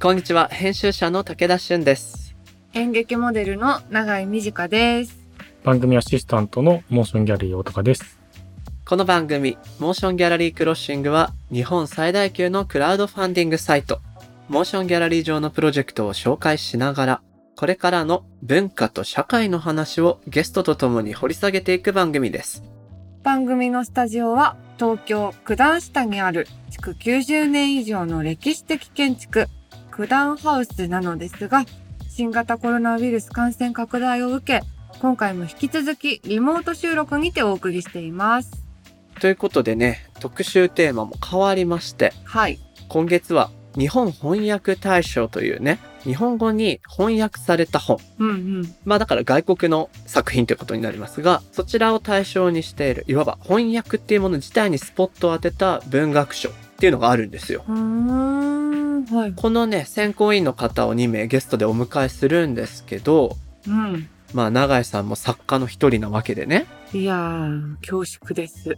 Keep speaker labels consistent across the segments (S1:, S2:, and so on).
S1: こんにちは編集者の武田俊です
S2: 演劇モデルの永井美智香です。
S3: 番組アシスタントのモーションギャラリー大高です。
S1: この番組モーションギャラリークロッシングは日本最大級のクラウドファンディングサイトモーションギャラリー上のプロジェクトを紹介しながらこれからの文化と社会の話をゲストとともに掘り下げていく番組です
S2: 番組のスタジオは東京九段下にある築90年以上の歴史的建築九段ハウスなのですが、新型コロナウイルス感染拡大を受け、今回も引き続きリモート収録にてお送りしています。
S1: ということでね特集テーマも変わりまして
S2: はい。
S1: 今月は日本翻訳大賞というね日本語に翻訳された本
S2: うんうん。
S1: まあだから外国の作品ということになりますが、そちらを対象にしている、いわば翻訳っていうもの自体にスポットを当てた文学賞っていうのがあるんですよ。
S2: うーん。はい。
S1: このね、選考委員の方を2名ゲストでお迎えするんですけど、
S2: うん。
S1: まあ永井さんも作家の一人なわけでね、
S2: いやー、恐縮です。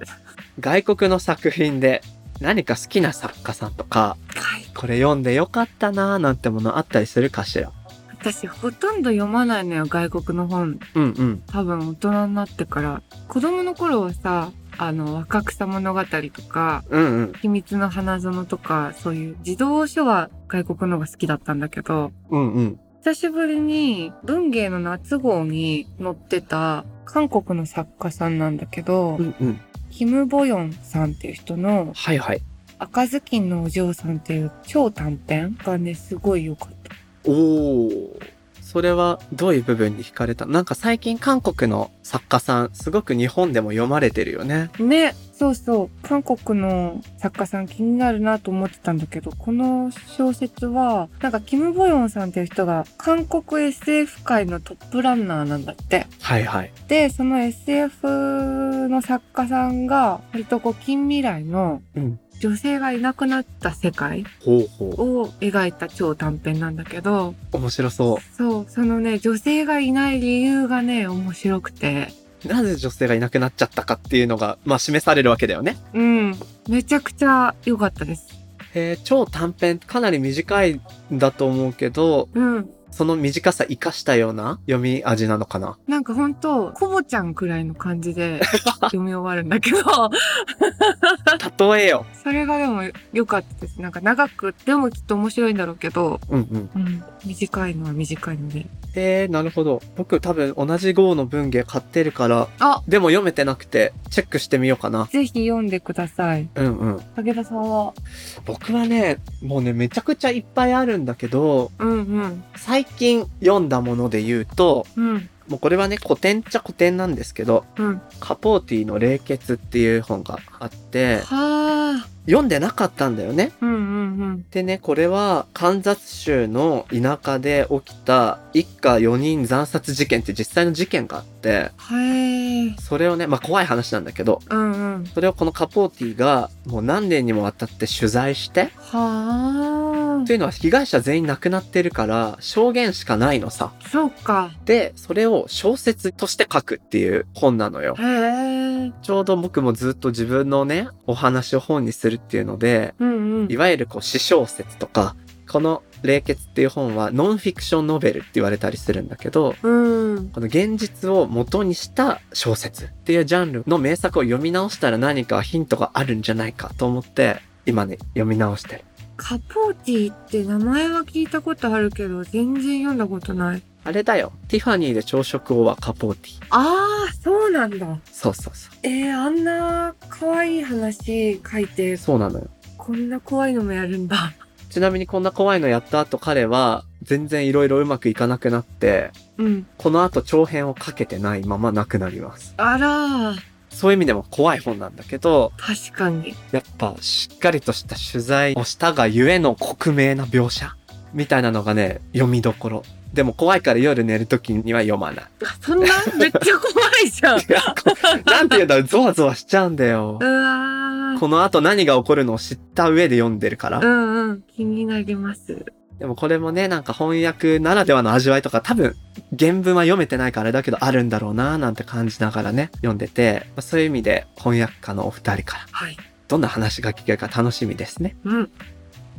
S1: 外国の作品で何か好きな作家さんとか、
S2: はい。
S1: これ読んでよかったなーなんてものあったりするかしら。
S2: 私ほとんど読まないのよ、外国の本。
S1: うんうん。
S2: 多分大人になってから子供の頃はさあの若草物語とか
S1: うんうん。
S2: 秘密の花園とかそういう児童書は外国のが好きだったんだけど
S1: うんうん。
S2: 久しぶりに文芸の夏号に載ってた韓国の作家さんなんだけど、
S1: うんうん。
S2: キム・ボヨンさんっていう人の
S1: はいはい。
S2: 赤ずきんのお嬢さんっていう超短編がね、すごい良かった。
S1: おお。それはどういう部分に惹かれたなんか最近韓国の作家さん、すごく日本でも読まれてるよね。
S2: ね、そうそう。韓国の作家さん気になるなと思ってたんだけど、この小説は、なんかキム・ボヨンさんっていう人が韓国 SF 界のトップランナーなんだって。
S1: はいはい。
S2: で、その SF の作家さんが、割とこう近未来の
S1: うん
S2: 女性がいなくなった世界
S1: ほうほ
S2: を描いた超短編なんだけど、
S1: う。面白そ
S2: そう、そのね、女性がいない理由がね、面白くて。
S1: う。なぜ女性がいなくなっちゃったかっていうのが、まあ示されるわけだよね。
S2: うん、めちゃくちゃ良かったです。
S1: えー、超短編、かなり短いんだと思うけど、
S2: うん。
S1: その短さ活かしたような読み味なのか な
S2: なんかほんと、コボちゃんくらいの感 じで読み終わるんだけど、
S1: 例えよ。
S2: それがでも良かったです。なんか長くでもきっと面白いんだろうけど、
S1: うんうん。
S2: うん、短いのは短いので。
S1: えー、なるほど。僕多分同じ号の文芸買ってるから、
S2: あ
S1: でも読めてなくて、チェックしてみようかな。
S2: ぜひ読んでください。
S1: うんうん。
S2: 武田さんは
S1: 僕はね、もうね、めちゃくちゃいっぱいあるんだけど、
S2: うんうん。
S1: 最近読んだもので言うと、
S2: うん。
S1: もうこれはね、古典っちゃ古典なんですけど、
S2: うん。は
S1: カポーティの冷血っていう本があって、
S2: あ。
S1: 読んでなかったんだよね。
S2: うんうんうん。
S1: でね、これはカンザス州の田舎で起きた一家4人惨殺事件って実際の事件があって、
S2: へえ。
S1: それをね、まあ怖い話なんだけど、
S2: うんうん。は
S1: それをこのカポーティがもう何年にもわたって取材して、
S2: あ
S1: と。いうのは被害者全員亡くなってるから証言しかないのさ。
S2: そうか。
S1: で、それを小説として書くっていう本なのよ
S2: へ。え。
S1: ちょうど僕もずっと自分のね、お話を本にするっていうので、
S2: うんうん
S1: い。わゆるこう、詩小説とか、この冷血っていう本はノンフィクションノベルって言われたりするんだけど、
S2: うん。
S1: この現実を元にした小説っていうジャンルの名作を読み直したら何かヒントがあるんじゃないかと思って、今ね、読み直してる。
S2: カポーティって名前は聞いたことあるけど、全然読んだことない。
S1: あれだよ。ティファニーで朝食をはカポーティ。
S2: ああ、そうなんだ。
S1: そうそうそう。
S2: えー、あんな可愛い話書いて、
S1: そうなのよ。
S2: こんな怖いのもやるんだ。
S1: ちなみにこんな怖いのやった後彼は全然いろいろうまくいかなくなって、
S2: うん。
S1: この後長編をかけてないまま亡くなります。
S2: あらー、
S1: そういう意味でも怖い本なんだけど、
S2: 確かに。
S1: やっぱしっかりとした取材をしたがゆえの克明な描写みたいなのがね、読みどころ。でも怖いから夜寝る時には読まない。
S2: あ、そんなめっちゃ怖いじゃ ん。
S1: いやこなんて言うんだろう、ゾワゾワしちゃうんだよ
S2: う。わー。
S1: この後何が起こるのを知った上で読んでるから
S2: う。んうん、気になります。
S1: でもこれもね、なんか翻訳ならではの味わいとか、多分原文は読めてないからあれだけどあるんだろうなーなんて感じながらね、読んでて、まあそういう意味で翻訳家のお二人から、
S2: はい。
S1: どんな話が聞けるか楽しみですね。
S2: うん。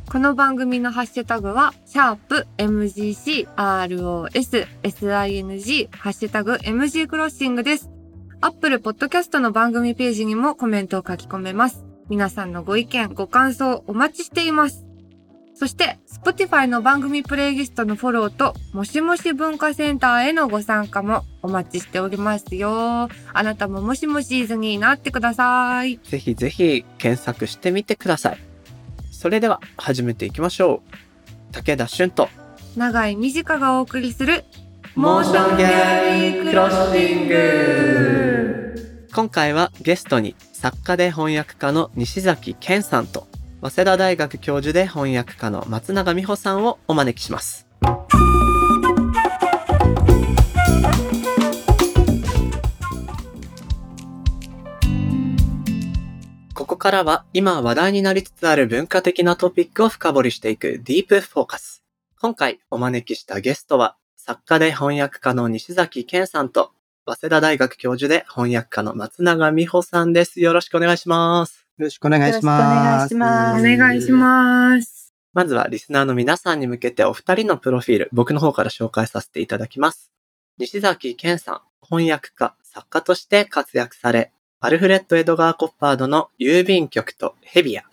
S2: この番組のハッシュタグは、シャープ MGC、ROS、SING、ハッシュタグ MG クロッシングです。アップルポッドキャストの番組ページにもコメントを書き込めます。皆さんのご意見、ご感想お待ちしています。そして、Spotify の番組プレイリストのフォローと、もしもし文化センターへのご参加もお待ちしておりますよ。あなたももしもしーずになってください。
S1: ぜひぜひ検索してみてください。それでは始めていきましょう。武田俊と
S2: 長井美かがお送りする、
S1: モーションギャラリークロッシング今回はゲストに作家で翻訳家の西崎健さんと早稲田大学教授で翻訳家の松永美穂さんをお招きします。ここからは今話題になりつつある文化的なトピックを深掘りしていくディープフォーカス。今回お招きしたゲストは作家で翻訳家の西崎健さんと早稲田大学教授で翻訳家の松永美穂さんです。よろしくお願いします。
S4: よろしくお願いしま
S5: よ
S4: す。
S5: ろしくお願
S2: お願いします。
S1: まずはリスナーの皆さんに向けてお二人のプロフィール、僕の方から紹介させていただきます。西崎健さん、翻訳家、作家として活躍され、アルフレッド・エドガー・コッパードの郵便局とヘビア、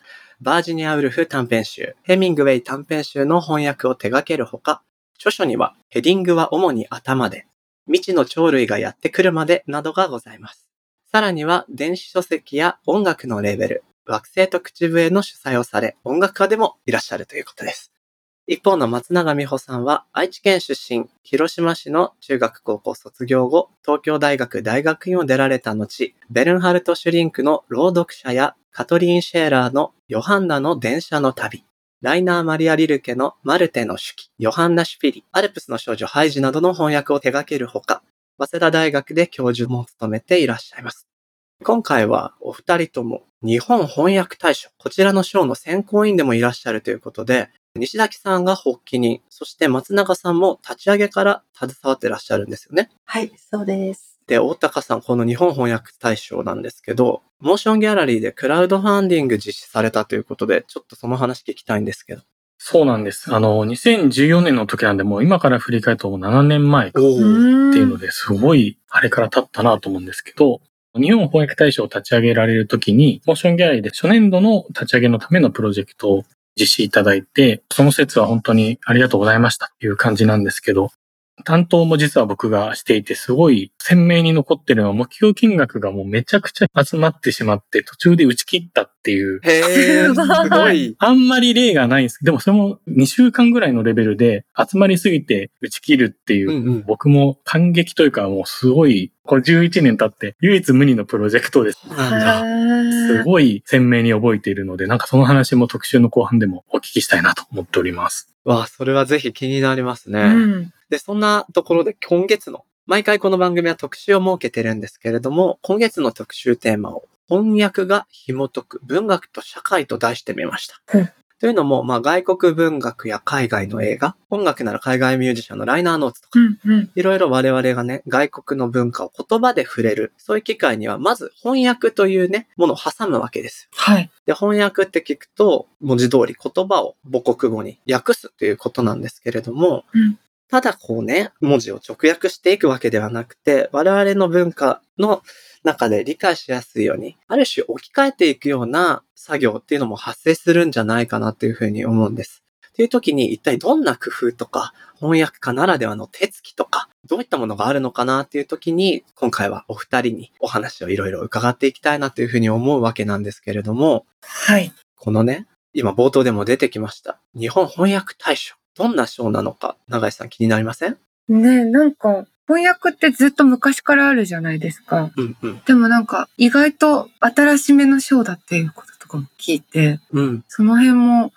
S1: バージニア・ウルフ短編集、ヘミングウェイ短編集の翻訳を手掛けるほか、著書にはヘディングは主に頭で、未知の鳥類がやってくるまでなどがございます。さらには電子書籍や音楽のレーベル、惑星と口笛の主催をされ、音楽家でもいらっしゃるということです。一方の松永美穂さんは、愛知県出身、広島市の中学高校卒業後、東京大学大学院を出られた後、ベルンハルト・シュリンクの朗読者や、カトリーン・シェーラーのヨハンナの電車の旅、ライナー・マリア・リルケのマルテの手記、ヨハンナ・シュピリ、アルプスの少女ハイジなどの翻訳を手掛けるほか、早稲田大学で教授も務めていらっしゃいます。今回はお二人とも日本翻訳大賞、こちらの賞の選考委員でもいらっしゃるということで、西崎さんが発起人、そして松永さんも立ち上げから携わってらっしゃるんですよね。
S5: はい、そうです。
S1: で、大高さん、この日本翻訳大賞なんですけど、モーションギャラリーでクラウドファンディング実施されたということで、ちょっとその話聞きたいんですけど。
S3: そうなんです。あの、2014年の時なんで、もう今から振り返るともう7年前かっ
S1: お
S3: て
S2: て
S3: いうのですごい、あれから経ったなと思うんですけど、日本翻訳大賞を立ち上げられる時に、モーションギャラリーで初年度の立ち上げのためのプロジェクトを実施いただいて、その説は本当にありがとうございましたという感じなんですけど、担当も実は僕がしていて、すごい鮮明に残ってるのは、目標金額がもうめちゃくちゃ集まってしまって、途中で打ち切ったっていう、
S1: へえ、す
S2: すごい
S1: ごい。
S3: あんまり例がないんですけど、でもそれも2週間ぐらいのレベルで集まりすぎて打ち切るっていうう、
S1: んうん。
S3: 僕も感激というかもうすごい、これ11年経って唯一無二のプロジェクトです。
S1: なんだ。
S3: すごい鮮明に覚えているので、なんかその話も特集の後半でもお聞きしたいなと思っております。
S1: わあ、それはぜひ気になりますね。
S2: うん。
S1: で、そんなところで今月の、毎回この番組は特集を設けてるんですけれども、今月の特集テーマを翻訳が紐解く文学と社会と題してみました。
S5: うん
S1: というのも、まあ外国文学や海外の映画、音楽なら海外ミュージシャンのライナーノーツとか、
S2: うん。うん。
S1: いろいろ我々がね、外国の文化を言葉で触れる、そういう機会には、まず翻訳というね、ものを挟むわけですよ
S5: はい。
S1: で、翻訳って聞くと、文字通り言葉を母国語に訳すということなんですけれども、
S5: うん
S1: ただこうね、文字を直訳していくわけではなくて、我々の文化の中で理解しやすいように、ある種置き換えていくような作業っていうのも発生するんじゃないかなというふうに思うんです。っていう時に一体どんな工夫とか、翻訳家ならではの手つきとか、どういったものがあるのかなっていう時に、今回はお二人にお話をいろいろ伺っていきたいなというふうに思うわけなんですけれども、
S5: はい。
S1: このね、今冒頭でも出てきました。日本翻訳大賞。どんな賞なのか、永井さん気になりません
S2: ねえ、なんか、翻訳ってずっと昔からあるじゃないですか。
S1: うんうん。
S2: でもなんか、意外と新しめの章だっていうこととかも聞いて、
S1: うん。
S2: その辺も、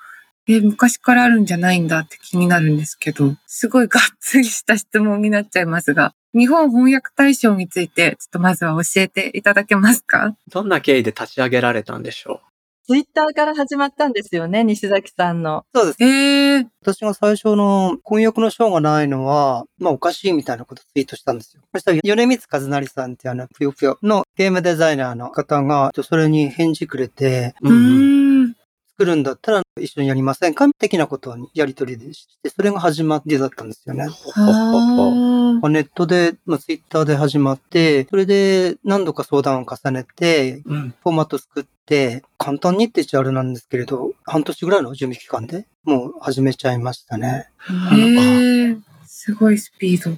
S2: え、昔からあるんじゃないんだって気になるんですけど、すごいがっつりした質問になっちゃいますが、日本翻訳大賞について、ちょっとまずは教えていただけますか
S1: どんな経緯で立ち上げられたんでしょ
S5: ツイッターから始まったんですよね、西崎さんの。
S4: そうです。
S2: ええ
S4: 私が最初の婚約の賞がないのは、まあおかしいみたいなことツイートしたんですよ。そしたら、米光和成さんっていうあの、ぷよぷよのゲームデザイナーの方が、それに返事くれて、
S1: う
S2: うーん。
S4: 作るんだったら一緒にやりませんか的なことにやり取りでして、それが始まりだったんですよね。
S5: あー
S4: ネットで、まあ、ツイッターで始まって、それで何度か相談を重ねて、
S3: うん。
S4: フォーマット作って、簡単にって言っちゃあれなんですけれど、半年ぐらいの準備期間でもう始めちゃいましたね。
S2: へえ、すごいスピード。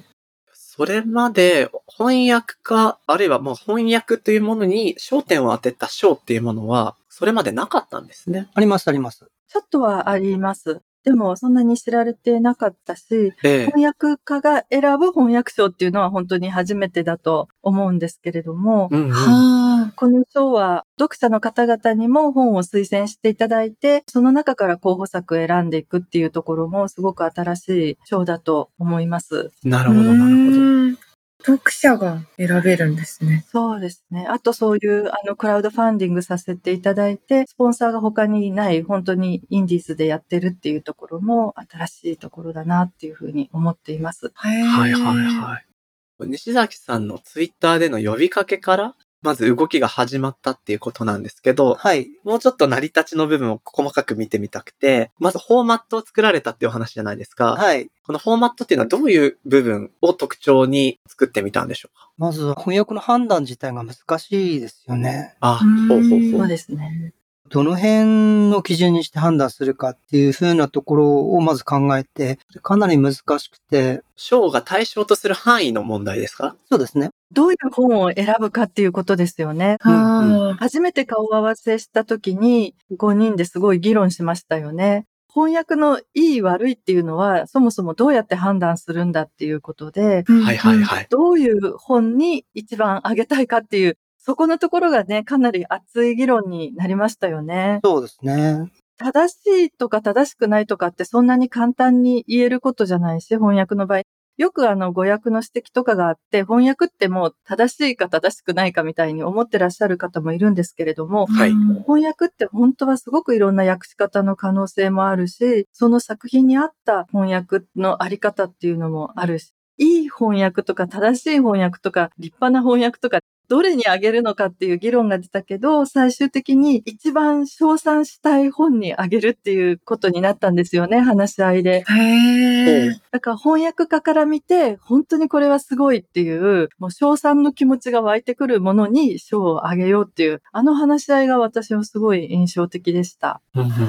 S1: それまで翻訳か、あるいはもう翻訳というものに焦点を当てた章っていうものは、それまでなかったんですね。
S4: あります、あります。
S5: ちょっとはあります。でも、そんなに知られてなかったし、
S1: ええ。
S5: 翻訳家が選ぶ翻訳賞っていうのは本当に初めてだと思うんですけれども、
S1: うんうん
S2: は
S5: この賞は読者の方々にも本を推薦していただいて、その中から候補作を選んでいくっていうところもすごく新しい賞だと思います。
S1: な
S2: あ
S1: るほど、なるほど。
S2: るほど。読者が選べるんですね。
S5: そうですね。あとそういうあのクラウドファンディングさせていただいて、スポンサーが他にない本当にインディーズでやってるっていうところも新しいところだなっていうふうに思っています。
S1: はい
S2: は
S1: はいはい。西崎さんのツイッターでの呼びかけから、まず動きが始まったっていうことなんですけど、
S4: はい。
S1: もうちょっと成り立ちの部分を細かく見てみたくて、まずフォーマットを作られたっていうお話じゃないですか。
S4: はい。
S1: このフォーマットっていうのはどういう部分を特徴に作ってみたんでしょうか
S4: まず、翻訳の判断自体が難しいですよね。
S1: あ、
S2: うーん
S1: ほうほう
S5: そ
S1: ほ
S5: う
S1: う。
S5: ですね。
S4: どの辺の基準にして判断するかっていう風なところをまず考えて、かなり難しくて、
S1: 章が対象とする範囲の問題ですか
S4: そうですね。
S5: どういう本を選ぶかっていうことですよね。
S2: は
S5: 初めて顔合わせした時に5人ですごい議論しましたよね。翻訳のいい悪いっていうのはそもそもどうやって判断するんだっていうことで、
S2: い
S1: はいはいはい。
S5: どういう本に一番あげたいかっていう、そこのところがね、かなり熱い議論になりましたよね。
S4: そうですね。
S5: 正しいとか正しくないとかってそんなに簡単に言えることじゃないし、翻訳の場合。よくあの語訳の指摘とかがあって、翻訳ってもう正しいか正しくないかみたいに思ってらっしゃる方もいるんですけれども、
S1: はい。
S5: 翻訳って本当はすごくいろんな訳し方の可能性もあるし、その作品に合った翻訳のあり方っていうのもあるし、いい翻訳とか正しい翻訳とか立派な翻訳とか、どれにあげるのかっていう議論が出たけど、最終的に一番称賛したい本にあげるっていうことになったんですよね、話し合いで。
S2: へえ。
S5: だから翻訳家から見て、本当にこれはすごいっていう、もう賞賛の気持ちが湧いてくるものに賞をあげようっていう、あの話し合いが私はすごい印象的でした。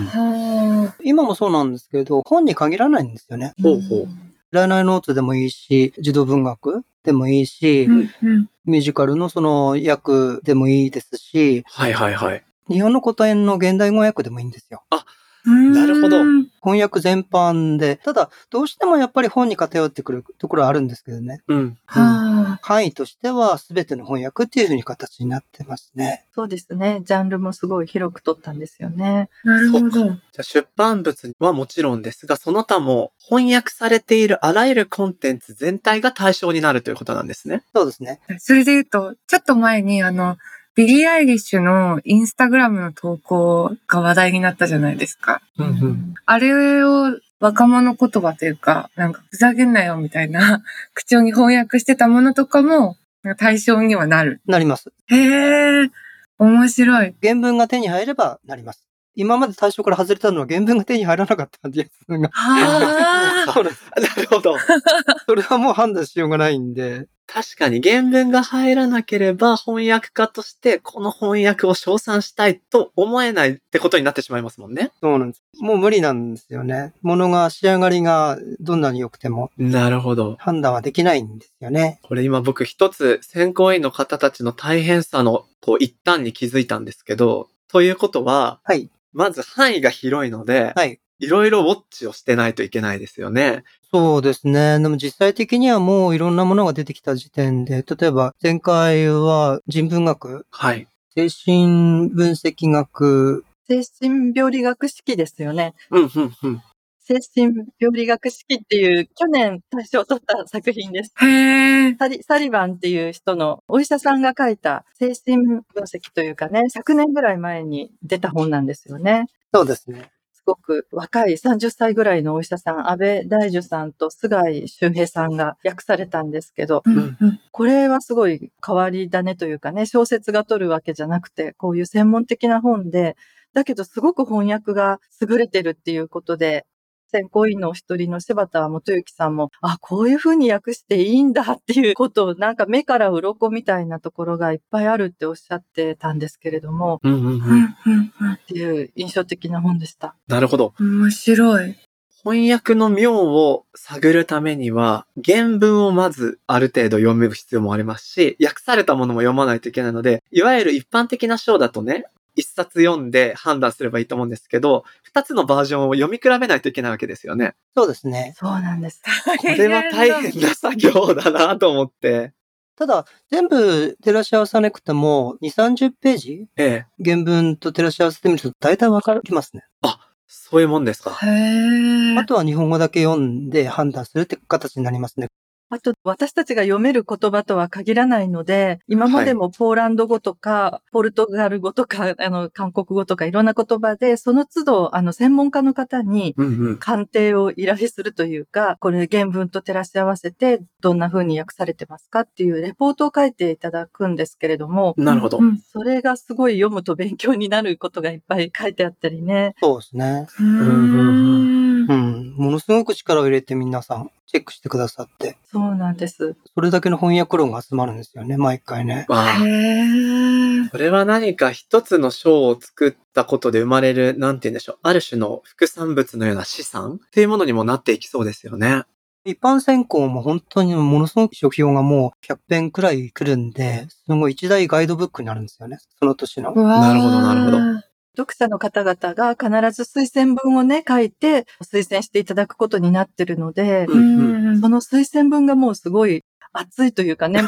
S2: は
S4: 今もそうなんですけれど、本に限らないんですよね。
S1: ほうほう。
S4: 占いノートでもいいし、児童文学でもいいし、
S2: うんうん。
S4: ミュージカルのその役でもいいですし、
S1: はいはいはい。
S4: 日本の古典の現代語訳でもいいんですよ。
S1: なるほど
S2: うん
S4: 翻訳全般で、ただ、どうしてもやっぱり本に偏ってくるところはあるんですけどね。
S1: うん。
S2: は
S4: 範囲としては全ての翻訳っていうふうに形になってますね。
S5: そうですね。ジャンルもすごい広く取ったんですよね。
S2: あ、なるほ
S1: そ
S2: ど。
S1: じゃあ出版物はもちろんですが、その他も翻訳されているあらゆるコンテンツ全体が対象になるということなんですね。
S4: そうですね。
S2: それで言うと、ちょっと前にあの、ビリー・アイリッシュのインスタグラムの投稿が話題になったじゃないですか。
S1: うんうん。
S2: あれを若者言葉というか、なんかふざけんなよみたいな 口調に翻訳してたものとかも対象にはなる。
S4: なります。
S2: へえ、面白い。
S4: 原文が手に入ればなります。今まで対象から外れたのは原文が手に入らなかったやつが、
S2: は
S1: あなるほど。
S4: それはもう判断しようがないんで、
S1: 確かに原文が入らなければ翻訳家としてこの翻訳を称賛したいと思えないってことになってしまいますもんね。
S4: そうなんです。もう無理なんですよね。物が仕上がりがどんなに良くても
S1: なるほど。
S4: 判断はできないんですよね。
S1: これ今僕一つ選考委員の方たちの大変さのこう一端に気づいたんですけど、ということは、
S4: はい。
S1: まず範囲が広いので、
S4: はい。
S1: いろいろウォッチをしてないといけないですよね。
S4: そうですね。でも実際的にはもういろんなものが出てきた時点で、例えば前回は人文学、
S1: はい。
S4: 精神分析学、
S5: 精神病理学式ですよね。
S1: うん、うん、うん。
S5: 精神病理学式っていう去年対象を取った作品です。
S2: い。へえ。
S5: サリサリバンっていう人のお医者さんが書いた精神分析というかね、100年ぐらい前に出た本なんですよね。
S4: そうですね。
S5: すごく若い30歳ぐらいのお医者さん、安倍大樹さんと菅井周平さんが訳されたんですけど、
S2: うんうん
S5: これはすごい変わり種というかね、小説が取るわけじゃなくて、こういう専門的な本で、だけどすごく翻訳が優れてるっていうことで、選考委員のお一人の柴田元幸さんも、あ、こういうふうに訳していいんだっていうことを、なんか目から鱗みたいなところがいっぱいあるっておっしゃってたんですけれども、
S1: うんうん
S2: う
S1: うん。
S2: んうんうん
S5: っていう印象的な本でした。
S1: なるほど。
S2: 面白い。
S1: 翻訳の妙を探るためには、原文をまずある程度読む必要もありますし、訳されたものも読まないといけないので、いわゆる一般的な章だとね、一冊読んで判断すればいいと思うんですけど、二つのバージョンを読み比べないといけないわけですよね。
S4: そうですね。
S5: そうなんです。
S1: これは大変な作業だなと思って。
S4: ただ、全部照らし合わさなくても、2、30ページ
S1: ええ。
S4: 原文と照らし合わせてみると大体わかりますね。
S1: そういうもんですか。
S2: へえ。
S4: あとは日本語だけ読んで判断するって形になりますね。
S5: あと、私たちが読める言葉とは限らないので、今までもポーランド語とか、ポルトガル語とか、 あの、韓国語とかいろんな言葉で、その都度、あの、専門家の方に、
S1: うんうん。
S5: 鑑定を依頼するというか、これ原文と照らし合わせて、どんな風に訳されてますかっていうレポートを書いていただくんですけれども、
S1: なるほど
S2: う。ん
S5: それがすごい読むと勉強になることがいっぱい書いてあったりね。
S4: そうですね。
S2: うん
S4: うん。ものすごく力を入れて皆さんチェックしてくださって、
S5: そうなんです。
S4: それだけの翻訳論が集まるんですよね、毎回ね。
S1: わあ
S2: へえ。
S1: これは何か一つの章を作ったことで生まれる、なんて言うんでしょう。ある種の副産物のような資産っていうものにもなっていきそうですよね。
S4: 一般選考も本当にものすごく書評がもう100編くらい来るんで、すごい一大ガイドブックになるんですよね、その年の。
S1: なるほどなるほど
S5: 読者の方々が必ず推薦文をね、書いて推薦していただくことになってるので、
S1: う
S2: うん
S1: うん
S2: んうん
S5: その推薦文がもうすごい熱いという かね、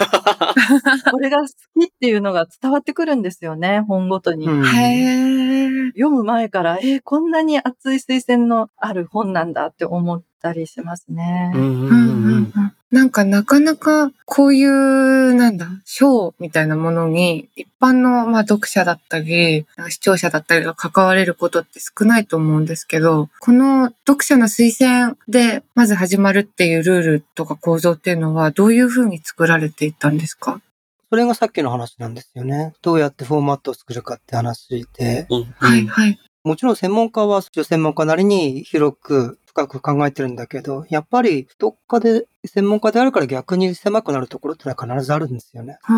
S5: これが好きっていうのが伝わってくるんですよね、本ごとに。
S4: うん
S2: へえ。
S5: 読む前から、えーこんなに熱い推薦のある本なんだって思ったりしますね。
S1: うんうん
S2: う
S1: うん
S2: うんんうんなんかなかなかこういう、なんだ、賞みたいなものに一般の、まあ、読者だったり、視聴者だったりが関われることって少ないと思うんですけど、この読者の推薦でまず始まるっていうルールとか構造っていうのはどういうふうに作られていったんですか
S4: それがさっきの話なんですよね。どうやってフォーマットを作るかって話で、
S1: うん。
S2: はいはい。
S4: もちろん専門家は女専門家なりに広く深く考えてるんだけど、やっぱりどっかで専門家であるから逆に狭くなるところってのは必ずあるんですよね。
S2: はあ。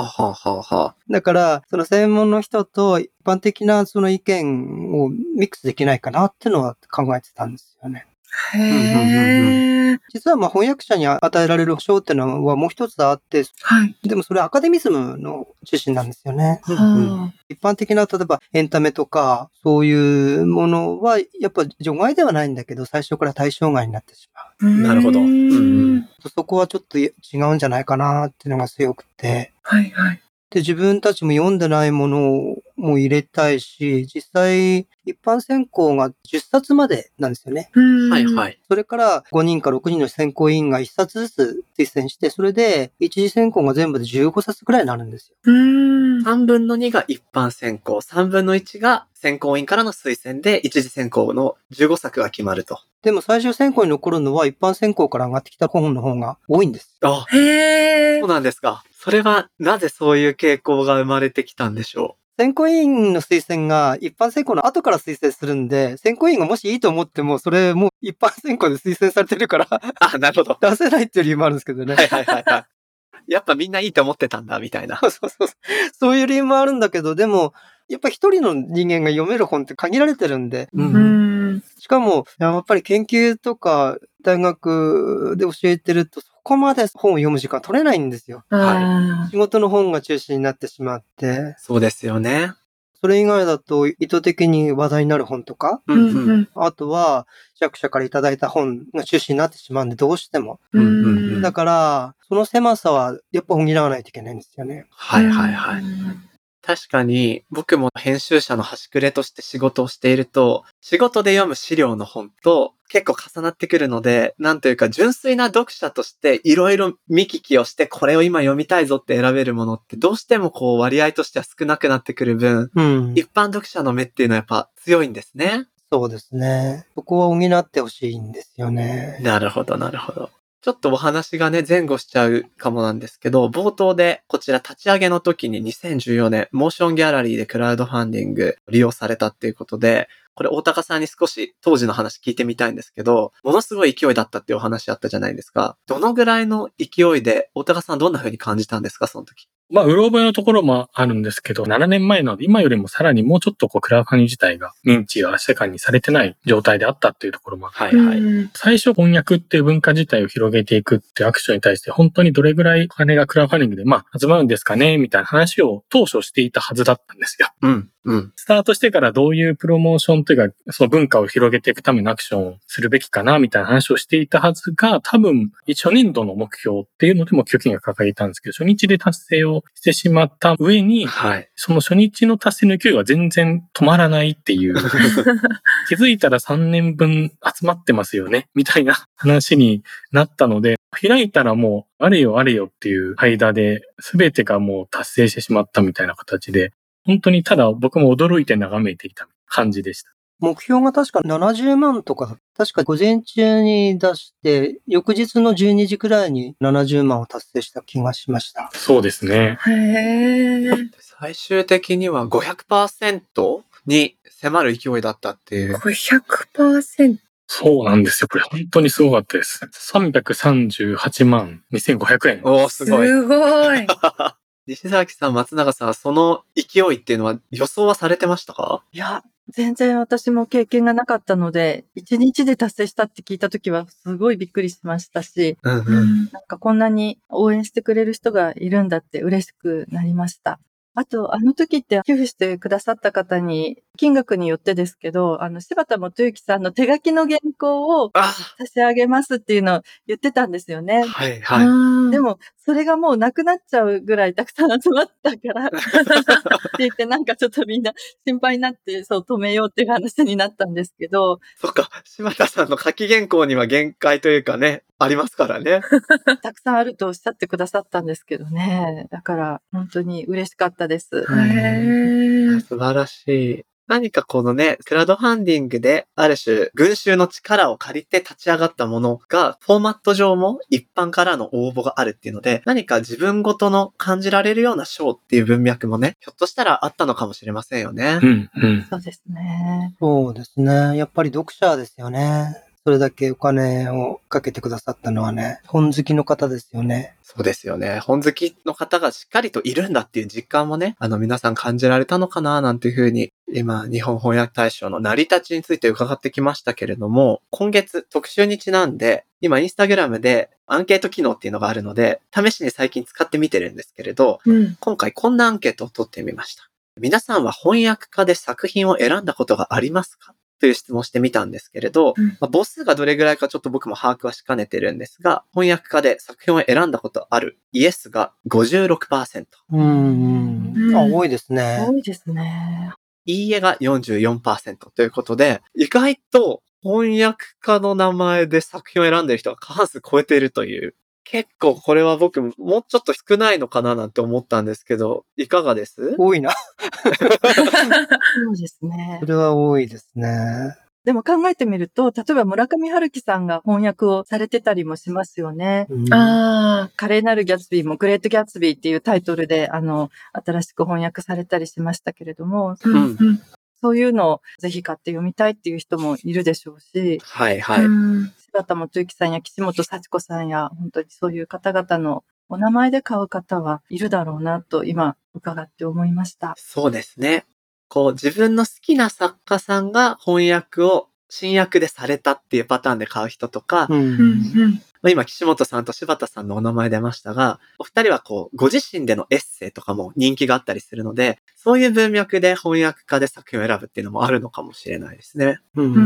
S1: はははは。
S4: だから、その専門の人と一般的なその意見をミックスできないかなってのは考えてたんですよね。
S2: へえ。
S4: 実はまあ翻訳者に与えられる賞ってのはもう一つあって、
S2: はい。
S4: でもそれアカデミズムの中心なんですよね。
S1: うん
S2: はあ
S4: 一般的な、例えばエンタメとか、そういうものは、やっぱ除外ではないんだけど、最初から対象外になってしま
S1: うんなるほど。
S2: う
S1: うん
S2: ん
S1: うん
S4: う。そこはちょっと違うんじゃないかなっていうのが強くて。
S2: はいはい。
S4: で、自分たちも読んでないものも入れたいし、実際、一般選考が10冊までなんですよね。
S1: は
S2: はい
S1: はい。
S4: それから5人か6人の選考委員が1冊ずつ推薦して、それで一次選考が全部で15冊くらいになるんですよ。
S2: うん。
S1: 3分の2が一般選考、3分の1が選考委員からの推薦で、一次選考の15作が決まると。
S4: でも最終選考に残るのは一般選考から上がってきた本の方が多いんです。
S1: あ、
S2: へえ
S1: そう。なんですか。それは、なぜそういう傾向が生まれてきたんでしょ
S4: 選考委員の推薦が一般選考の後から推薦するんで、選考委員がもしいいと思っても、それもう一般選考で推薦されてるから
S1: う。あ、なるほど。
S4: 出せないっていう理由もあるんですけどね。
S1: はいはいはいはい。やっぱみんないいと思ってたんだ、みたいな。
S4: そうそうそう。そういう理由もあるんだけど、でも、やっぱ一人の人間が読める本って限られてるんで、
S1: う
S2: う。ん。
S4: しかも、やっぱり研究とか大学で教えてると、そこまで本を読む時間取れないんですよ。
S2: は
S4: 仕事の本が中心になってしまって、
S1: そうですよね。
S4: それ以外だと意図的に話題になる本とか、
S1: う
S2: い。うんうんん。
S4: あとは、弱者からいただいた本が中心になってしまうんで、どうしても。
S1: うんうんうん
S4: だから、その狭さは、やっぱ補わないといけないんですよね。
S1: はいはいはい。確かに、僕も編集者の端くれとして仕事をしていると、仕事で読む資料の本と結構重なってくるので、なんというか純粋な読者としていろいろ見聞きをして、これを今読みたいぞって選べるものって、どうしてもこう割合としては少なくなってくる分、
S4: うん。
S1: 一般読者の目っていうのはやっぱ強いんですね。
S4: そうですね。そこは補ってほしいんですよね。
S1: なるほど、なるほど。ちょっとお話がね、前後しちゃうかもなんですけど、冒頭でこちら立ち上げの時に2014年、モーションギャラリーでクラウドファンディング利用されたっていうことで、これ大高さんに少し当時の話聞いてみたいんですけど、ものすごい勢いだったっていうお話あったじゃないですか。どのぐらいの勢いで、大高さんどんな風に感じたんですか、その時。
S3: まあ、うろ覚えのところもあるんですけど、7年前なので、今よりもさらにもうちょっとこう、クラウドファン自体が認知が世界にされてない状態であったっていうところもあって、
S1: は
S2: うん
S3: 最初翻訳っていう文化自体を広げていくっていうアクションに対して、本当にどれぐらいお金がクラウドファンディングで、まあ、集まるんですかねみたいな話を当初していたはずだったんですよ。
S1: うん、うん。
S3: スタートしてからどういうプロモーションというか、その文化を広げていくためのアクションをするべきかな、みたいな話をしていたはずが、多分、初年度の目標っていうのでも拠金が掲げたんですけど、初日で達成をしてしまった上に、
S1: はい。
S3: その初日の達成の勢いは全然止まらないっていう、気づいたら3年分集まってますよね、みたいな話になったので、開いたらもう、あれよあれよっていう間で、すべてがもう達成してしまったみたいな形で、本当にただ僕も驚いて眺めていた感じでした。
S4: 目標が確か70万とか、確か午前中に出して、翌日の12時くらいに70万を達成した気がしました。
S3: そうですね。
S2: へー
S1: 最終的には500%に迫る勢いだったっていう。
S2: 500%。
S3: そうなんですよ。これ本当にすごかったです。338万2500円。
S1: おー、すごい。
S2: すごい。
S1: 西崎さん、松永さん、その勢いっていうのは予想はされてましたか
S5: いや、全然私も経験がなかったので、1日で達成したって聞いた時はすごいびっくりしましたし、
S1: うん
S2: う。ん
S5: なんかこんなに応援してくれる人がいるんだって嬉しくなりました。あと、あの時って寄付してくださった方に、金額によってですけど、あの、柴田元之さんの手書きの原稿を
S1: あ
S5: 差し上げますっていうのを言ってたんですよね。
S1: はい、
S2: あ
S1: はい。
S2: ー
S5: でも、それがもうなくなっちゃうぐらいたくさん集まったから、って言ってなんかちょっとみんな心配になって、そう止めようっていう話になったんですけど、
S1: そっか、柴田さんの書き原稿には限界というかね、ありますからね。
S5: たくさんあるとおっしゃってくださったんですけどね。だから本当に嬉しかったです。
S2: へー
S1: 素晴らしい。何かこのね、クラウドファンディングで、ある種、群衆の力を借りて立ち上がったものが、フォーマット上も一般からの応募があるっていうので、何か自分ごとの感じられるような賞っていう文脈もね、ひょっとしたらあったのかもしれませんよね
S3: う。ん、うん。
S5: そうですね。
S4: そうですね。やっぱり読者ですよね。それだけお金をかけてくださったのはね、本好きの方ですよね。
S1: そうですよね。本好きの方がしっかりといるんだっていう実感もね、あの皆さん感じられたのかななんていうふうに、今、日本翻訳大賞の成り立ちについて伺ってきましたけれども、今月特集にちなんで、今インスタグラムでアンケート機能っていうのがあるので、試しに最近使ってみてるんですけれど、
S2: うん
S1: 今回こんなアンケートを取ってみました。皆さんは翻訳家で作品を選んだことがありますかという質問をしてみたんですけれど、
S2: うん
S1: まあ、母数がどれぐらいかちょっと僕も把握はしかねてるんですが、翻訳家で作品を選んだことあるイエスが56%、
S4: うん、うん。あ、
S2: うん
S4: 多いですね
S5: 多。いですね。
S1: いいえが44%ということで、意外と翻訳家の名前で作品を選んでる人が過半数超えているという。結構これは僕もうちょっと少ないのかななんて思ったんですけど、いかがです
S4: 多いな。
S5: そうですね
S4: そ。れは多いですね。
S5: でも考えてみると、例えば村上春樹さんが翻訳をされてたりもしますよね。
S4: うん
S2: あ
S5: 華麗なるギャツビーもグレートギャツビーっていうタイトルで、あの、新しく翻訳されたりしましたけれども、
S2: ー。
S1: うん
S2: うん
S5: そういうのをぜひ買って読みたいっていう人もいるでしょうし、
S1: はいはい。
S2: うん
S5: 柴田元幸さんや岸本幸子さんや、本当にそういう方々のお名前で買う方はいるだろうなと今伺って思いました。
S1: そうですね。こう、自分の好きな作家さんが翻訳を新訳でされたっていうパターンで買う人とか、
S4: う
S2: うん
S4: ん。
S2: うん
S1: まあ今、岸本さんと柴田さんのお名前出ましたが、お二人はこう、ご自身でのエッセイとかも人気があったりするので、そういう文脈で翻訳家で作品を選ぶっていうのもあるのかもしれないですね。
S4: うん
S2: う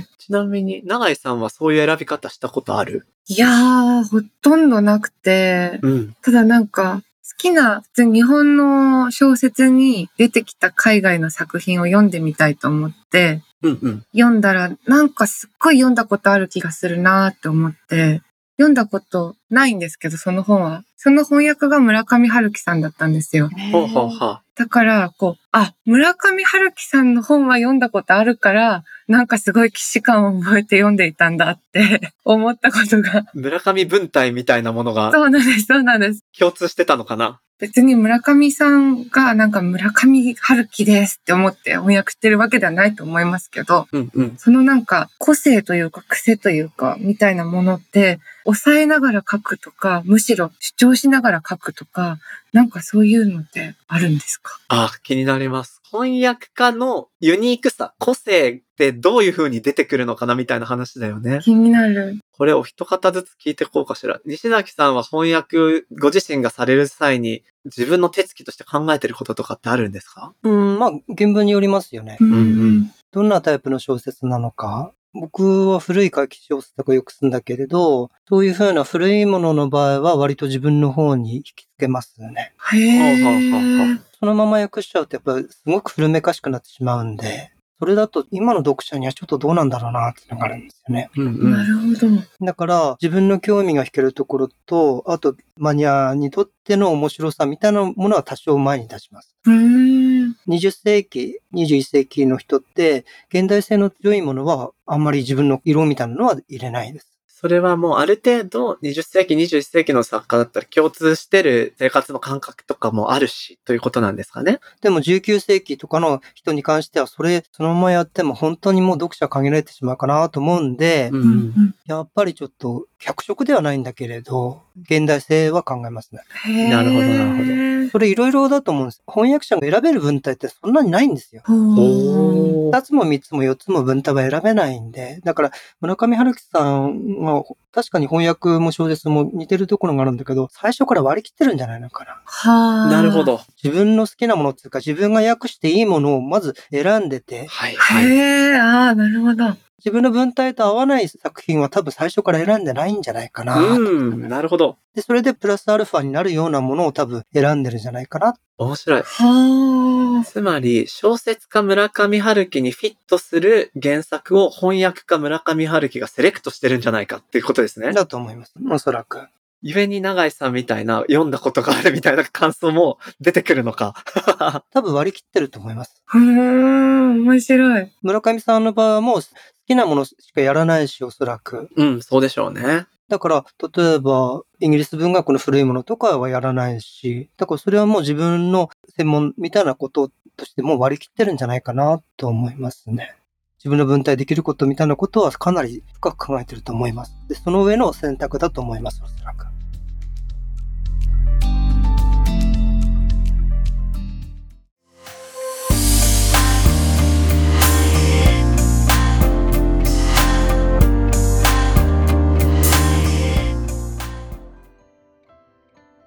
S2: ん
S1: ちなみに、永井さんはそういう選び方したことある
S2: いやー、ほとんどなくて、
S1: うん。
S2: ただなんか、好きな、普通に日本の小説に出てきた海外の作品を読んでみたいと思って、
S1: うんうん。
S2: 読んだら、なんかすっごい読んだことある気がするなーって思って、読んだことないんですけど、その本は。その翻訳が村上春樹さんだったんですよ。
S5: ねえ
S1: ほうほうほう。
S2: だから、こう、あ、村上春樹さんの本は読んだことあるから、なんかすごい既視感を覚えて読んでいたんだって 思ったことが。
S1: 村上文体みたいなものが
S2: そうなんです、そうなんです。
S1: 共通してたのかな
S2: 別に村上さんがなんか村上春樹ですって思って翻訳してるわけではないと思いますけど、
S1: うんうん。
S2: そのなんか個性というか癖というかみたいなものって、抑えながら書くとか、むしろ主張しながら書くとか、なんかそういうのってあるんですか
S1: あー、気になります。翻訳家のユニークさ、個性ってどういう風に出てくるのかなみたいな話だよね。
S2: 気になる。
S1: これを一方ずつ聞いてこうかしら。西崎さんは翻訳ご自身がされる際に自分の手つきとして考えてることとかってあるんですか
S4: うん、まあ、原文によりますよね。
S2: うん
S1: うん
S4: どんなタイプの小説なのか僕は古い怪奇小説とかよくするんだけれど、そういうふうな古いものの場合は割と自分の方に引きつけますよね。
S2: へ
S1: ほうほうほうほ
S2: え。
S4: そのまま訳しちゃうとやっぱりすごく古めかしくなってしまうんで、それだと今の読者にはちょっとどうなんだろうなっていうのがあるんですよね。
S1: うんう。
S2: なんるほど。
S4: だから自分の興味が引けるところと、あとマニアにとっての面白さみたいなものは多少前に出します。
S2: うーん。
S4: 20世紀、21世紀の人って、現代性の強いものは、あんまり自分の色みたいなのは入れないです。
S1: それはもうある程度20世紀21世紀の作家だったら共通してる生活の感覚とかもあるしということなんですかね。
S4: でも19世紀とかの人に関しては、それそのままやっても本当にもう読者限られてしまうかなと思うんで、
S1: う。
S2: うんん
S4: やっぱりちょっと脚色ではないんだけれど、現代性は考えますね。
S2: へー
S1: なるほどなるほど
S4: それいろいろだと思うんです。翻訳者が選べる文体ってそんなにないんですよ。
S2: ほう。
S1: おー
S4: 二つも三つも四つも文体は選べないんで、だから村上春樹さんは確かに翻訳も小説も似てるところがあるんだけど、最初から割り切ってるんじゃないのかな。
S2: はあ。
S1: なるほ。ど。
S4: 自分の好きなものっていうか、自分が訳していいものをまず選んでて、
S1: はいはい。
S2: へえ、ああ、なるほど。
S4: 自分の文体と合わない作品は多分最初から選んでないんじゃないかな。
S1: うん。なるほど。
S4: で、それでプラスアルファになるようなものを多分選んでるんじゃないかな。
S1: 面白い。
S2: はあ。
S1: つまり、小説家村上春樹にフィットする原作を翻訳家村上春樹がセレクトしてるんじゃないかっていうことですね。
S4: だと思います。おそらく。
S1: ゆえに永井さんみたいな読んだことがあるみたいな感想も出てくるのか。
S4: 多分割り切ってると思います。
S2: うーん、面白い。
S4: 村上さんの場合はもう好きなものしかやらないし、おそらく。
S1: うん、そうでしょうね。
S4: だから、例えば、イギリス文学の古いものとかはやらないし、だからそれはもう自分の専門みたいなこととしてもう割り切ってるんじゃないかなと思いますね。自分の分体できることみたいなことはかなり深く考えてると思います。で、その上の選択だと思います、おそらく。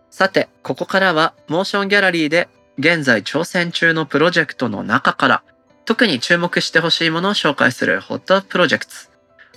S1: さて、ここからは、モーションギャラリーで現在挑戦中のプロジェクトの中から、特に注目してほしいものを紹介するホットプロジェクト。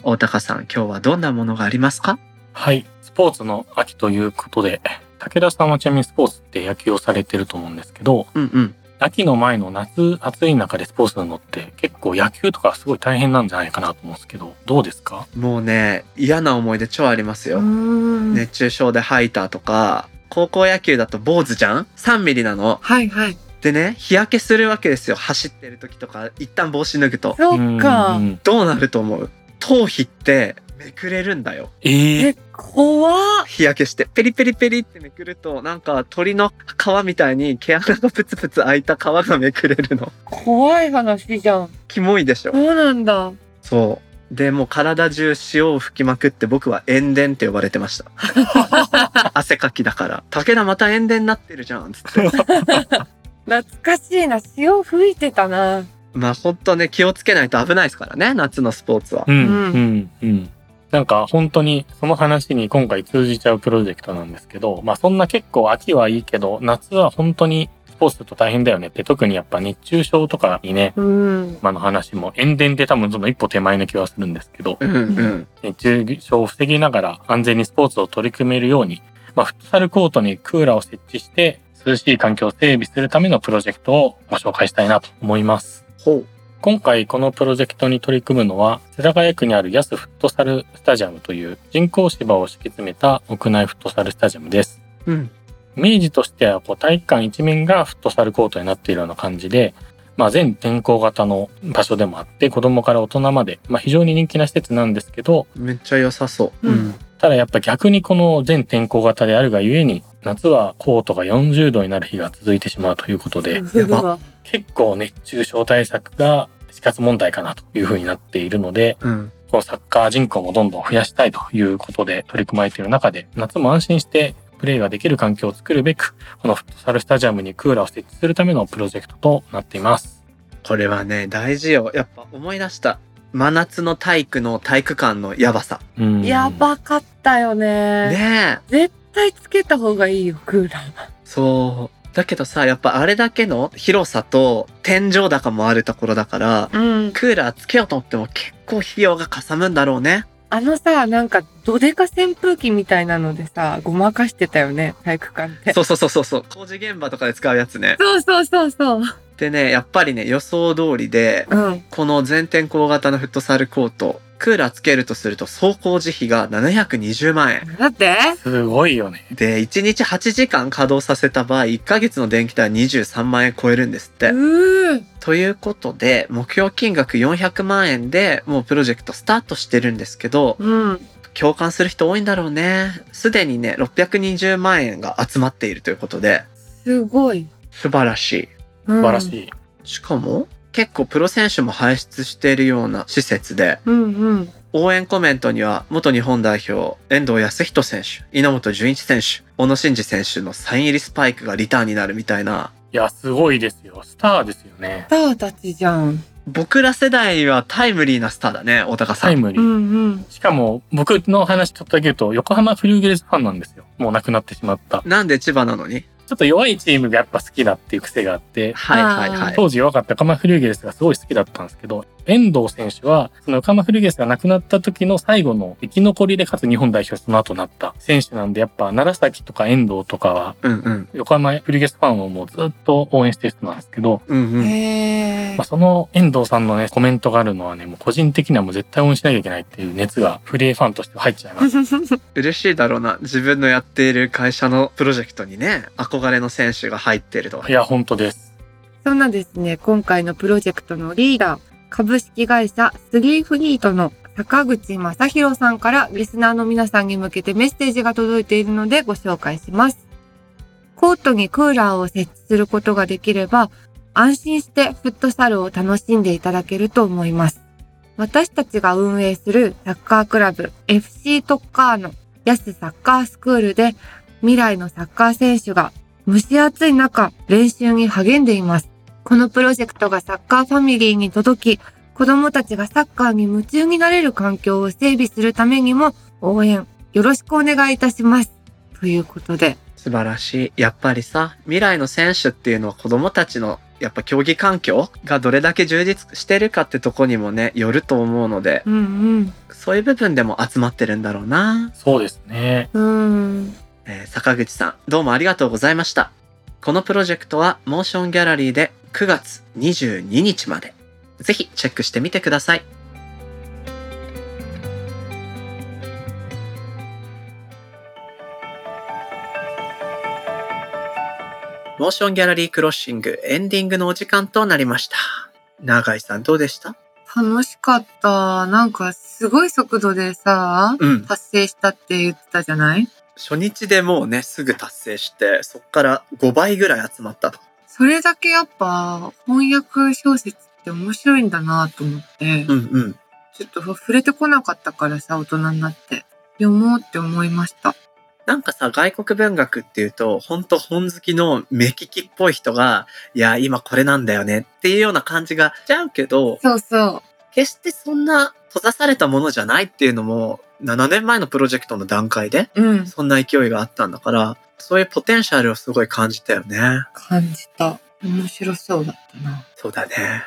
S1: 大高さん、今日はどんなものがありますか
S3: はい。スポーツの秋ということで、武田さんはちなみにスポーツって野球をされてると思うんですけど、
S1: うんうん。
S3: 秋の前の夏暑い中でスポーツするのって結構野球とかすごい大変なんじゃないかなと思うんですけど、どうですか
S1: もうね、嫌な思い出超ありますよ。
S2: ね、
S1: 熱中症で吐いたとか、高校野球だと坊主じゃん ?3 ミリなの。
S2: はいはい。
S1: でね、日焼けするわけですよ。走ってる時とか、一旦帽子脱ぐと。
S2: そっか
S3: う。ん
S1: どうなると思う頭皮ってめくれるんだよ。
S3: ええ
S2: え、怖っ。
S1: 日焼けして。ペリペリペリってめくると、なんか鳥の皮みたいに毛穴がプツプツ開いた皮がめくれるの。
S2: 怖い話じゃん。
S1: キモいでしょ
S2: そ。うなんだ。
S1: そう。で、もう体中塩を吹きまくって僕は塩田って呼ばれてました。汗かきだから。武田また塩田になってるじゃん、つって。
S2: 懐かしいな。潮吹いてたな。
S1: まあほんとね、気をつけないと危ないですからね、夏のスポーツは。
S3: うん、
S2: うん
S3: うん、うん。なんか本当にその話に今回通じちゃうプロジェクトなんですけど、まあそんな結構秋はいいけど、夏は本当にスポーツだと大変だよねって、特にやっぱ熱中症とかにね、
S2: うん。
S3: 今の話も塩田って多分その一歩手前の気はするんですけど、
S1: うんうん。
S3: 熱中症を防ぎながら安全にスポーツを取り組めるように、まあ、フットサルコートにクーラーを設置して、涼しい環境を整備するためのプロジェクトをご紹介したいなと思います。
S1: ほう。
S3: 今回このプロジェクトに取り組むのは、世田谷区にある安フットサルスタジアムという人工芝を敷き詰めた屋内フットサルスタジアムです。
S1: うん。
S3: 明治としてはこう体育館一面がフットサルコートになっているような感じで、まあ、全天候型の場所でもあって子供から大人まで、まあ、非常に人気な施設なんですけど
S1: めっちゃ良さそう。
S5: うん。
S3: ただやっぱ逆にこの全天候型であるがゆえに夏はコートが40度になる日が続いてしまうということで
S1: やば
S3: 結構熱中症対策が死活問題かなというふうになっているので
S1: うん。
S3: このサッカー人口もどんどん増やしたいということで取り組まれている中で、夏も安心してプレーができる環境を作るべく、このフットサルスタジアムにクーラーを設置するためのプロジェクトとなっています。
S1: これはね、大事よ。やっぱ思い出した。真夏の体育の体育館のやばさ。
S3: うん
S2: やばかったよね
S1: ねえ。
S2: 絶対つけた方がいいよ、クーラーは。
S1: そう。だけどさ、やっぱあれだけの広さと天井高もあるところだから、
S2: うん。
S1: クーラーつけようと思っても結構費用がかさむんだろうね。
S2: あのさ、なんか、どでか扇風機みたいなのでさ、ごまかしてたよね、体育館って。
S1: そうそうそうそうそう。工事現場とかで使うやつね。
S2: そうそうそうそう。
S1: でね、やっぱりね、予想通りで、
S2: うん。
S1: この全天候型のフットサルコート、クーラーつけるとすると総工事費が720万円。
S2: だって
S3: すごいよね。
S1: で、1日8時間稼働させた場合、1ヶ月の電気代は23万円超えるんですって。
S2: うー。
S1: ということで、目標金額400万円でもうプロジェクトスタートしてるんですけど、
S2: うん。
S1: 共感する人多いんだろうね。すでにね、620万円が集まっているということで、
S2: すごい。
S1: 素晴らし
S2: 素
S3: 素晴らし
S2: い。
S3: い。
S1: い。しかも、結構プロ選手も輩出しているような施設で、
S2: うんうん。
S1: 応援コメントには元日本代表、遠藤康人選手、稲本純一選手、小野伸二選手のサイン入りスパイクがリターンになるみたいな、
S3: いや、すごいですよ。スターですよね
S2: ス。ターたちじゃん。
S1: 僕ら世代にはタイムリーなスターだね、大高さ
S3: タイ
S1: ん。
S3: ムリ
S2: う
S3: ー。
S2: んうん。
S3: しかも、僕の話ちょっとだけ言うと、横浜フリューゲルスファンなんですよ。もう亡くなってしまった。
S1: なんで千葉なのに
S3: ちょっと弱いチームがやっぱ好きだっていう癖があって、
S1: はいはいはい。
S3: 当時弱かったカマフリューゲルスがすごい好きだったんですけど、遠藤選手は、そのカマフリューゲルスが亡くなった時の最後の生き残りでかつ日本代表その後なった選手なんで、やっぱ楢崎とか遠藤とかは、
S1: うんうん。
S3: 横浜フリューゲルスファンをもうずっと応援してる人なんですけど、
S1: うんうん。
S2: へえ
S3: まあ、。その遠藤さんのね、コメントがあるのはね、もう個人的にはもう絶対応援しなきゃいけないっていう熱がフリーファンとして入っちゃいます。
S1: 嬉しいだろうな。自分のやっている会社のプロジェクトにね、憧れの選手が入ってると
S3: い。や、本当です。
S2: そんなですね、今回のプロジェクトのリーダー、株式会社スリーフリートの坂口正宏さんからリスナーの皆さんに向けてメッセージが届いているのでご紹介します。コートにクーラーを設置することができれば、安心してフットサルを楽しんでいただけると思います。私たちが運営するサッカークラブ FC トッカーのヤスサッカースクールで未来のサッカー選手が蒸し暑い中練習に励んでいます。このプロジェクトがサッカーファミリーに届き、子供たちがサッカーに夢中になれる環境を整備するためにも応援よろしくお願いいたします。ということで。
S1: 素晴らしい。やっぱりさ、未来の選手っていうのは子供たちのやっぱ競技環境がどれだけ充実してるかってとこにもね、よると思うので、
S2: うん
S1: そういう部分でも集まってるんだろうな。
S3: そうですね。
S2: うん。うん。
S1: えー坂口さん、どうもありがとうございました。このプロジェクトはモーションギャラリーで9月22日まで。ぜひチェックしてみてください。モーションギャラリークロッシングエンディングのお時間となりました。永井さんどうでした
S2: 楽しかった。なんかすごい速度でさ、
S1: うん。
S2: 達成したって言ってたじゃない
S1: 初日でもうね、すぐ達成して、そっから5倍ぐらい集まったと。
S2: それだけやっぱ翻訳小説って面白いんだなと思って、
S1: うんうん。
S2: ちょっと触れてこなかったからさ、大人になって。読もうって思いました。
S1: なんかさ、外国文学っていうと、ほんと本好きの目利きっぽい人が、いや、今これなんだよねっていうような感じがしちゃうけど、
S2: そうそう。
S1: 決してそんな閉ざされたものじゃないっていうのも、7年前のプロジェクトの段階で、
S2: うん。
S1: そんな勢いがあったんだから、そういうポテンシャルをすごい感じたよね。
S2: 感じた。面白そうだったな。
S1: そうだね。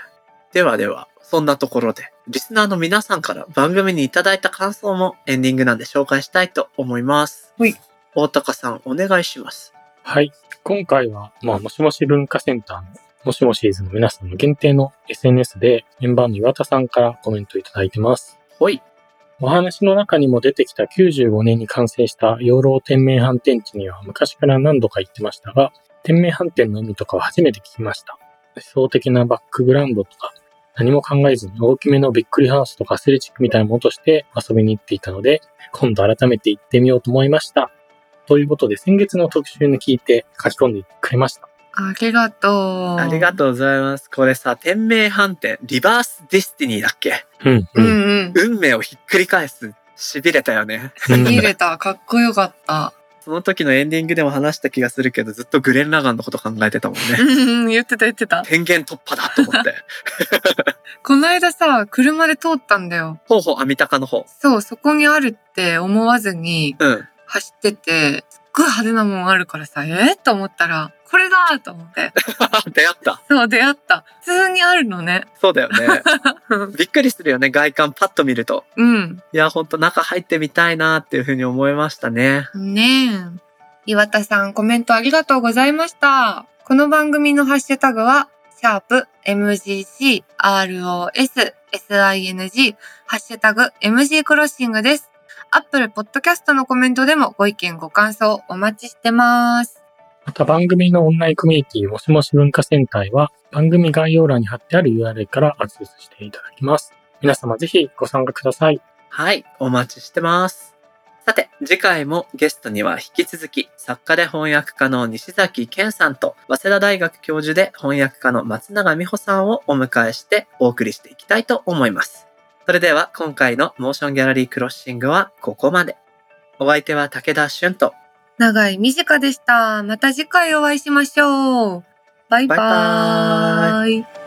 S1: ではでは、そんなところで、リスナーの皆さんから番組にいただいた感想もエンディングなんで紹介したいと思います。
S2: ほい。
S1: 大高さん、お願いします。
S3: はい。今回は、まあ、もしもし文化センターの、もしもしーずの皆さんの限定の SNS で、メンバーの岩田さんからコメントいただいてます。
S1: ほい。
S3: えお話の中にも出てきた95年に完成した養老天明飯店地には昔から何度か行ってましたが、天明飯店の海とかは初めて聞きました。思想的なバックグラウンドとか、何も考えずに大きめのびっくりハウスとかアスレチックみたいなものとして遊びに行っていたので、今度改めて行ってみようと思いました。ということで、先月の特集に聞いて書き込んでくれました。
S2: ありがとう。
S1: ありがとうございます。これさ、天命反転、リバースディスティニーだっけ
S3: うん、
S2: う。ん
S1: 運命をひっくり返す。痺れたよね。
S2: うん。見れた。かっこよかった。
S1: その時のエンディングでも話した気がするけど、ずっとグレン・ラガンのこと考えてたもんね。
S2: うん、言ってた言ってた。
S1: 天元突破だと思って。
S2: この間さ、車で通ったんだよ。
S1: ほうほう、アミタカの方。
S2: そう、そこにあるって思わずに
S1: うん。
S2: 走ってて、すっごい派手なもんあるからさ、えー、と思ったら、これだと思って。
S1: 出会った。
S2: そう、出会った。普通にあるのね。
S1: そうだよね。びっくりするよね、外観パッと見ると。
S2: うん。
S1: いや、ほんと中入ってみたいなっていうふうに思いましたね。
S2: ねえ。岩田さん、コメントありがとうございました。この番組のハッシュタグは、シャープ MGC、ROS、SING、ハッシュタグ MG クロッシングです。アップルポッドキャストのコメントでもご意見ご感想お待ちしてます。
S3: また番組のオンラインコミュニティもしもし文化センターへは番組概要欄に貼ってある URL からアクセスしていただきます。皆様ぜひご参加ください。
S1: はい、お待ちしてます。さて、次回もゲストには引き続き、作家で翻訳家の西崎健さんと、早稲田大学教授で翻訳家の松永美穂さんをお迎えしてお送りしていきたいと思います。それでは、今回のモーションギャラリークロッシングはここまで。お相手は武田俊と、
S2: 長井美佳でした。また次回お会いしましょう。バイバ
S1: バイバ
S2: イ